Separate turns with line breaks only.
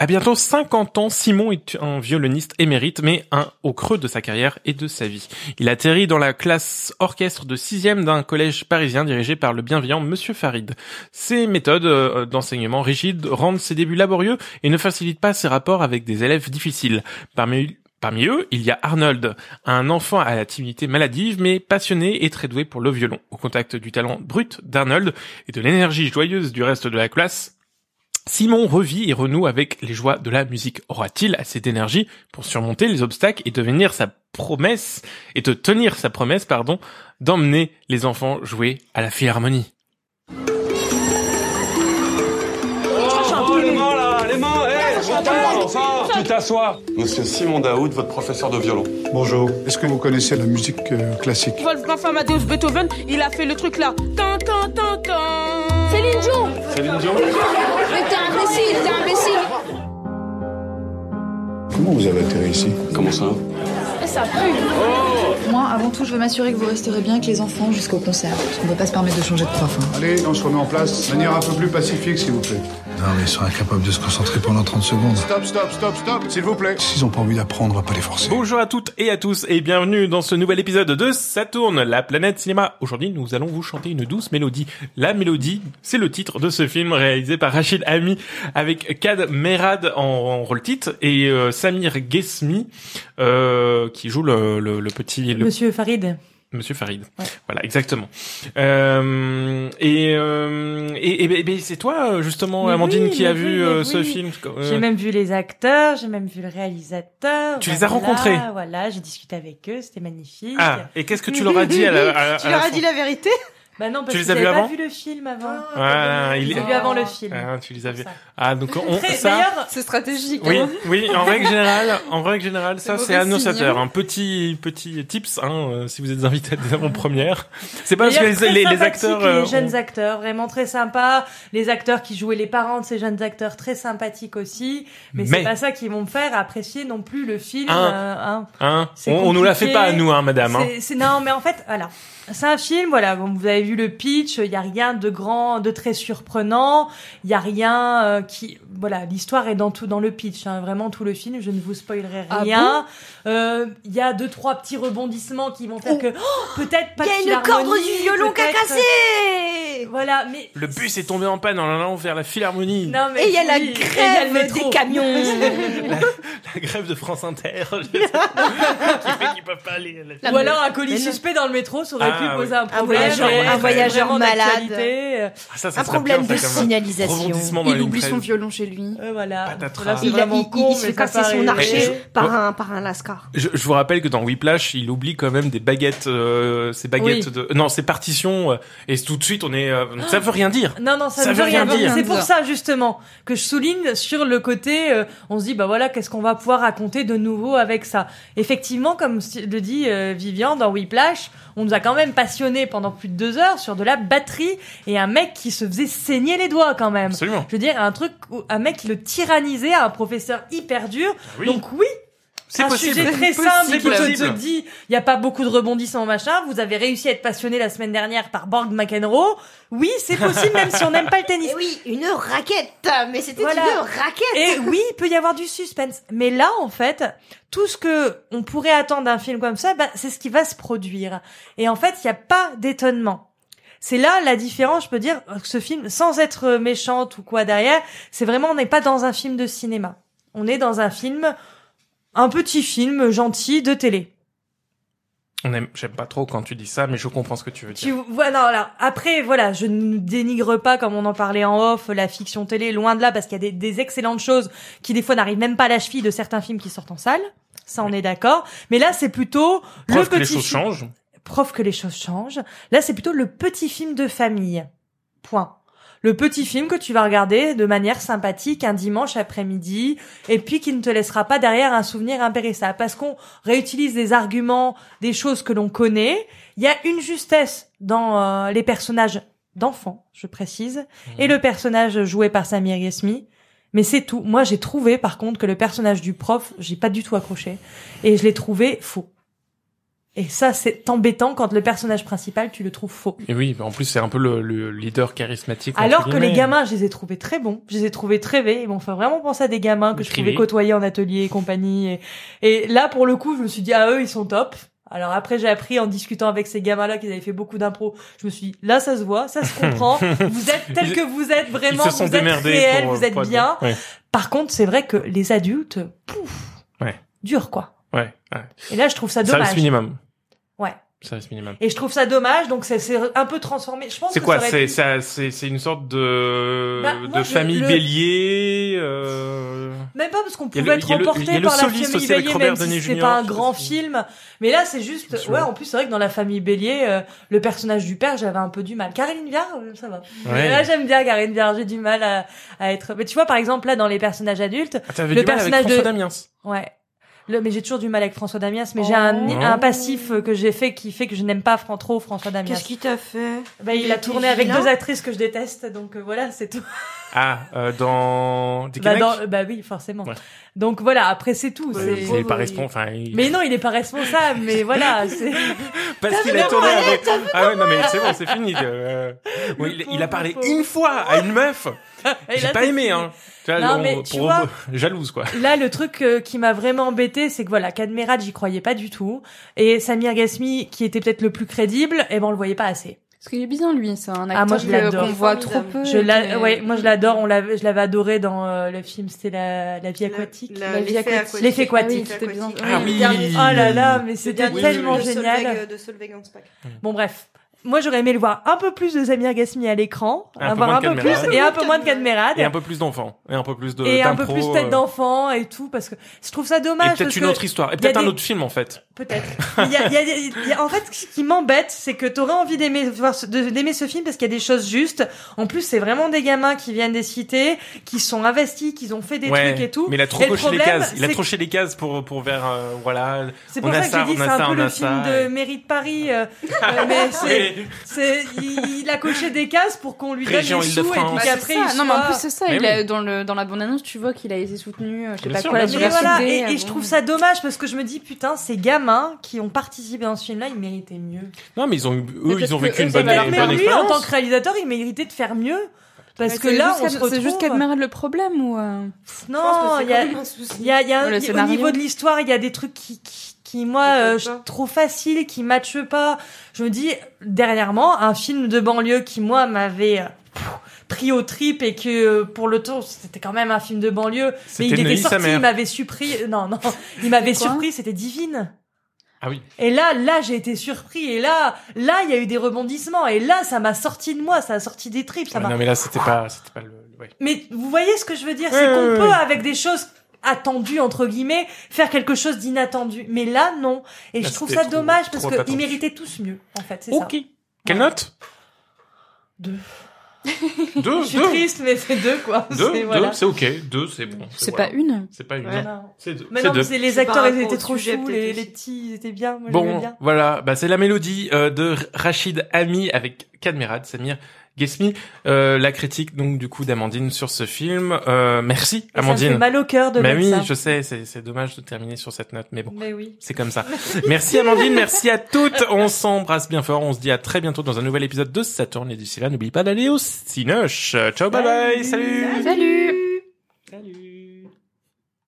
À bientôt 50 ans, Simon est un violoniste émérite, mais un au creux de sa carrière et de sa vie. Il atterrit dans la classe orchestre de sixième d'un collège parisien dirigé par le bienveillant Monsieur Farid. Ses méthodes euh, d'enseignement rigides rendent ses débuts laborieux et ne facilitent pas ses rapports avec des élèves difficiles. Parmi Parmi eux, il y a Arnold, un enfant à la timidité maladive, mais passionné et très doué pour le violon. Au contact du talent brut d'Arnold et de l'énergie joyeuse du reste de la classe, Simon revit et renoue avec les joies de la musique. Aura-t-il assez d'énergie pour surmonter les obstacles et devenir sa promesse, et de tenir sa promesse, pardon, d'emmener les enfants jouer à la philharmonie?
Oh, les mains là, les mains, hé, enfin, tu t'assois.
Monsieur Simon Daoud, votre professeur de violon.
Bonjour. Est-ce que vous connaissez la musique euh, classique
Wolfgang Amadeus Beethoven, il a fait le truc là. Tan, tan, tan, tan.
Céline Dion
Céline Dion
Mais t'es imbécile, t'es imbécile
Comment vous avez atterri ici
Comment ça
Mais ça pue
Moi, avant tout, je veux m'assurer que vous resterez bien avec les enfants jusqu'au concert. Parce qu'on ne peut pas se permettre de changer de prof. hein.
Allez, on se remet en place de manière un peu plus pacifique, s'il vous plaît.
Non, mais ils sont incapables de se concentrer pendant 30 secondes.
Stop, stop, stop, stop, s'il vous plaît.
S'ils ont pas envie d'apprendre, on va pas les forcer.
Bonjour à toutes et à tous et bienvenue dans ce nouvel épisode de Saturne, la planète cinéma. Aujourd'hui, nous allons vous chanter une douce mélodie. La mélodie, c'est le titre de ce film réalisé par Rachid Ami avec Kad Merad en, en rôle titre et euh, Samir Ghesmi euh, qui joue le, le- le petit le Euh.
Monsieur Farid.
Monsieur Farid.
Ouais.
Voilà, exactement. Euh, et, euh, et, et ben- ben, c'est toi justement,
Mais
Amandine,
oui,
qui a
mais
vu
oui,
euh,
mais
ce
oui.
film. euh,
J'ai même vu les acteurs, j'ai même vu le réalisateur.
Tu les as rencontrés
Voilà, j'ai discuté avec eux, c'était magnifique.
Ah, et qu'est-ce que tu leur as dit à la, à-
Tu
à la
leur as
fin
dit la vérité
Bah non, parce
Tu les
qu'ils
as vus
avaient
avant
pas vu le film avant.
Ah, il
Ils
est-
l'ont vu avant le film.
Ah, tu les avais.
Ça.
Ah, donc on,
Très-
ça.
D'ailleurs,
C'est stratégique.
Oui,
hein.
oui, en règle générale, en règle générale, ça
C'est
c'est
mauvais
annonciateur.
signe.
Un hein. petit, petit tips, hein, euh, si vous êtes invité à des avant-premières. C'est pas parce que
d'ailleurs,
les,
très
les, les
sympathique,
acteurs.
Les
euh,
jeunes
ont-
acteurs, vraiment très sympas. Les acteurs qui jouaient les parents de ces jeunes acteurs, très sympathiques aussi. Mais,
Mais-
c'est pas ça qui vont me faire apprécier non plus le film.
Hein.
euh, hein.
hein,
C'est
on, on nous la fait
compliqué.
pas à nous, hein, madame. hein.
C'est- C'est non, mais en fait, voilà, c'est un film. Voilà, bon, vous avez vu le pitch. Il y a rien de grand, de très surprenant. Il y a rien euh, qui, voilà, l'histoire est dans tout dans le pitch. hein, vraiment tout le film. Je ne vous spoilerai
Ah
rien. Euh, Il y a deux trois petits rebondissements qui vont faire que oh, peut-être pas.
Il y a
de
une
philharmonie,
corde du violon qui a
peut-être-
cassé
Voilà, mais
Le bus est tombé en panne en allant vers la philharmonie.
Non, mais
Et il y a la
oui, et il y a le
grève
métro.
des camions
La grève de France Inter. qui fait qu'ils peuvent pas aller. à la-
Ou alors un colis suspect dans le métro, ça aurait
Ah,
pu
oui.
poser un problème.
voyageur-
mais
un
voyageur
vraiment
malade.
d'actualité, euh,
Ah, ça, ça
Un
serait
problème
bien,
de
ça, comme
signalisation.
rebondissement dans
Il
une
oublie son
crève.
violon chez lui.
Euh, voilà.
Patatras.
Voilà, c'est
Il, a-
vraiment
il-
con,
il se
mais
fait
ça
casser son
paraît-
archer
Mais-
par un, par un lascar.
Je, je vous rappelle que dans Whiplash, il oublie quand même des baguettes, euh, ces baguettes
Oui.
de, non, ces partitions, euh, et tout de suite on est, euh, ça veut rien dire.
Non, non, ça, ne veut rien dire. C'est pour
dire.
ça, justement, que je souligne sur le côté, euh, on se dit, bah voilà, qu'est-ce qu'on va pouvoir raconter de nouveau avec ça Effectivement, comme si- le dit euh, Vivian dans Whiplash, on nous a quand même passionné pendant plus de deux heures sur de la batterie et un mec qui se faisait saigner les doigts quand même.
Absolument.
Je veux dire, un truc, où un mec qui le tyrannisait à un professeur hyper dur.
Oui.
Donc oui,
c'est
un
possible.
sujet très
C'est
simple qui te,
possible.
te dit il y a pas beaucoup de rebondissements machin vous avez réussi à être passionné la semaine dernière par Borg McEnroe oui c'est possible même si on n'aime pas le tennis
Et oui, une raquette Mais c'était
Voilà.
une raquette
et oui il peut y avoir du suspense mais là en fait tout ce que on pourrait attendre d'un film comme ça bah, c'est ce qui va se produire et en fait il n'y a pas d'étonnement c'est là la différence, je peux dire, que ce film, sans être méchante ou quoi derrière, c'est vraiment, on n'est pas dans un film de cinéma. On est dans un film, un petit film gentil de télé.
On aime, j'aime pas trop quand tu dis ça, mais je comprends ce que tu veux
Tu
dire.
vois, non, alors, après, voilà, je ne dénigre pas, comme on en parlait en off, la fiction télé, loin de là, parce qu'il y a des, des excellentes choses qui, des fois, n'arrivent même pas à la cheville de certains films qui sortent en salle. Ça, on est d'accord. Mais là, c'est plutôt
Preuve
le
que
petit
les choses
film-
changent.
Preuve que les choses changent. Là, c'est plutôt le petit film de famille. Point. Le petit film que tu vas regarder de manière sympathique un dimanche après-midi et puis qui ne te laissera pas derrière un souvenir impérissable parce qu'on réutilise des arguments, des choses que l'on connaît. Il y a une justesse dans euh, les personnages d'enfants, je précise, et le personnage joué par Samir Yesmi. Mais c'est tout. Moi, j'ai trouvé, par contre, que le personnage du prof, j'ai pas du tout accroché. Et je l'ai trouvé faux. Et ça, c'est embêtant quand le personnage principal, tu le trouves faux.
Et oui, en plus, c'est un peu le, le leader charismatique. entre
Alors que les
guillemets.
gamins, je les ai trouvés très bons, je les ai trouvés très bons, ils m'ont fait vraiment penser à des gamins que je
Privé.
pouvais côtoyer en atelier et compagnie. Et, et là, pour le coup, je me suis dit, ah eux, ils sont top. Alors après, j'ai appris en discutant avec ces gamins-là qu'ils avaient fait beaucoup d'impro. Je me suis dit, là, ça se voit, ça se comprend. vous êtes tel que vous êtes
Ils
vraiment,
se sont
vous êtes
démerdés
réels,
pour,
vous êtes
pour être
bien.
bons. Ouais,
Par contre, c'est vrai que les adultes, pouf,
Ouais.
dur quoi.
ouais, ouais.
Et là, je trouve ça
Service
dommage.
minimum.
Ouais.
Service minimum.
Et je trouve ça dommage, donc c'est c'est un peu transformé. Je pense
C'est
que
quoi
ça aurait
C'est
pu-
ça- c'est c'est une sorte de
Bah, moi,
de
je-
famille
le-
bélier. euh,
Même pas parce qu'on
Il y a
pouvait
le- il
être
y a le- il y a
emporté
le
par la
soliste
famille
aussi avec
Bélier,
Robert
même
Downey
si c'était
Jr.,
pas un
je sais
grand
pas si-
film. Mais là, c'est
Je me
juste,
souviens.
ouais, en plus, c'est vrai que dans la famille Bélier, euh, le personnage du père, j'avais un peu du mal. Caroline Viard, euh, ça va.
Ouais.
Là, j'aime bien Caroline Viard, j'ai du mal à, à être, mais tu vois, par exemple, là, dans les personnages adultes,
Ah, T'avais
le
du mal avec
personnage
François
de-
Damiens.
ouais. Le, mais j'ai toujours du mal avec François Damiens, mais j'ai un,
Oh.
un passif euh, que j'ai fait qui fait que je n'aime pas Fran- trop François Damiens.
Qu'est-ce qu'il t'a fait
Bah, il
Il
a
était
tourné avec
vilain
deux actrices que je déteste, donc euh, voilà, c'est tout.
Ah, euh, dans Dick
Bah,
and
dans-
Nick
bah oui, forcément.
Ouais.
Donc voilà, après c'est tout.
C'est-
c'est-
Euh, Il est pas responsable. Enfin, il-
Mais non, il est pas responsable, mais voilà, c'est...
parce qu'il a tourné avec. Ah ouais, non mais c'est bon, c'est fini. euh, oui, il, il a
pauvre
parlé
pauvre.
une fois à une meuf.
Et
J'ai
là,
pas
c'est
aimé,
fini.
hein. Tu vois,
Non,
on-
mais tu
pour-
vois-
jalouse quoi.
Là, le truc euh, qui m'a vraiment embêté, c'est que voilà, Cadmerat, j'y croyais pas du tout. Et Samir Gasmi, qui était peut-être le plus crédible, eh ben, on le voyait pas assez.
Parce qu'il est bien, lui. C'est un
Ah,
acteur
moi, je
que-
l'adore.
qu'on voit trop
Formidable.
peu.
Je
et
l'a,
qui est-
ouais, moi, je l'adore. On l'avait, je l'avais adoré dans euh, le film, c'était la, la vie
La-
aquatique.
La
la-
vie
Euh, L'effet
aquatique.
aquatique.
L'effet
Ah oui,
aquatique.
c'était bien.
Ah
Oui.
oui.
Oh là là, mais c'était
dernier
tellement
film
génial.
De euh, Solveig en Spack.
Bon, bref. Moi, j'aurais aimé le voir un peu plus de Samir Gasmi à l'écran,
Un peu
avoir
moins
un
de
peu plus
Cadmerat.
et un peu moins de Cadmerat.
Et un peu plus d'enfants. Et un peu plus de.
Et un peu
d'impro,
plus tête
euh,
d'enfant et tout, parce que je trouve ça
Et
dommage.
peut-être
parce
une
que-
autre histoire. Et
y a
peut-être un
des-
autre film en fait.
Peut-être. Il y a- il y a- il y a- en fait, ce qui m'embête, c'est que t'aurais envie d'aimer voir ce- de- d'aimer ce film parce qu'il y a des choses justes. En plus, c'est vraiment des gamins qui viennent des cités, qui sont investis, qui ont fait des
ouais.
trucs et tout.
Mais il a trop
Et le
coché les
problème,
cases. Il a
c'est-
trop coché les cases pour pour vers euh, voilà.
C'est pour
On
ça
a
que
ça,
j'ai dit
on a
c'est un
ça,
peu
on a
le
ça,
film
et-
de mairie de Paris. euh, euh, mais c'est,
Et-
c'est, il, il a coché des cases pour qu'on lui donne les
Région
sous et
Île-de-France.
puis
Bah,
C'est
qu'après
ça.
il
Non, mais en
soit-
plus, c'est ça.
Mais
il
oui.
a, dans, le, dans la bande-annonce, tu vois qu'il a été soutenu, euh, je sais
Bien
pas
sûr,
quoi, la
bien
Mais
sûr.
voilà,
soudée,
et,
euh,
et je
bon.
trouve ça dommage parce que je me dis putain, ces gamins qui ont participé dans ce film-là, ils méritaient mieux.
Non mais ils ont eu- eux
Mais
ils ont
parce que
vécu
eux,
une
ça
bonne,
va leur
une
mais
bonne
permettre-
lui, en tant que
expérience.
réalisateur, il méritait de faire mieux. Parce
Mais
que
c'est
là,
juste
on
Kad-
se retrouve.
C'est juste Cadmerat le problème ou. euh,
Non, il y a, il y a, il y a-
Le
il y a- au
scénario.
niveau de l'histoire, il y a des trucs qui, qui, qui, moi,
Qui
euh,
collent
je
pas.
trop facile, qui matchent pas. Je me dis, dernièrement, un film de banlieue qui, moi, m'avait euh, pff, pris au trip et que, euh, pour le temps, c'était quand même un film de banlieue. Mais il
C'était
était
Neuilly, sa
sorti,
mère.
il m'avait surpris. euh, Non, non, il m'avait
Quoi
surpris, c'était divine.
Ah oui.
Et là, là, j'ai été surpris. Et là, là, il y a eu des rebondissements. Et là, ça m'a sorti de moi, ça a sorti des tripes. Ça
Ouais,
m'a-
Non mais là c'était pas c'était pas le. ouais.
Mais vous voyez ce que je veux dire
Ouais,
C'est qu'on
ouais,
peut,
ouais.
avec des choses attendues, entre guillemets, faire quelque chose d'inattendu. Mais là, non. Et
Là,
je trouve
c'était
ça
trop-
dommage
trop
parce
attendu.
qu'ils méritaient tous mieux, en fait. C'est
Ok.
ça.
Quelle
Ouais.
note
Deux.
Deux.
Je suis
Deux.
triste, mais c'est deux, quoi.
Deux.
c'est
Deux.
voilà.
C'est ok. Deux c'est bon.
C'est
voilà.
pas une.
C'est pas une.
Ouais.
non.
Non.
C'est deux.
Mais
C'est
non,
deux.
c'est les
C'est par
acteurs, ils
rapport
étaient
au
trop
sujet,
chauds,
peut-être
les,
aussi.
les petits, ils étaient bien, moi j'aimais
Bon,
bien.
voilà, bah, c'est la mélodie euh, de R- Rachid Ami avec Kadmerad, Samir Gesmi. Euh, la critique donc du coup d'Amandine sur ce film. Euh, merci
Et Ça me fait
Amandine.
mal au cœur de
Mais
mettre
Bah oui,
ça.
je sais, c'est c'est dommage de terminer sur cette note, mais bon.
Mais oui.
C'est comme ça. Merci Amandine, merci à toutes. On s'embrasse bien fort. On se dit à très bientôt dans un nouvel épisode de Saturne. Et d'ici là, n'oublie pas d'aller au Cinoche. Ciao, bye bye. Salut.
Salut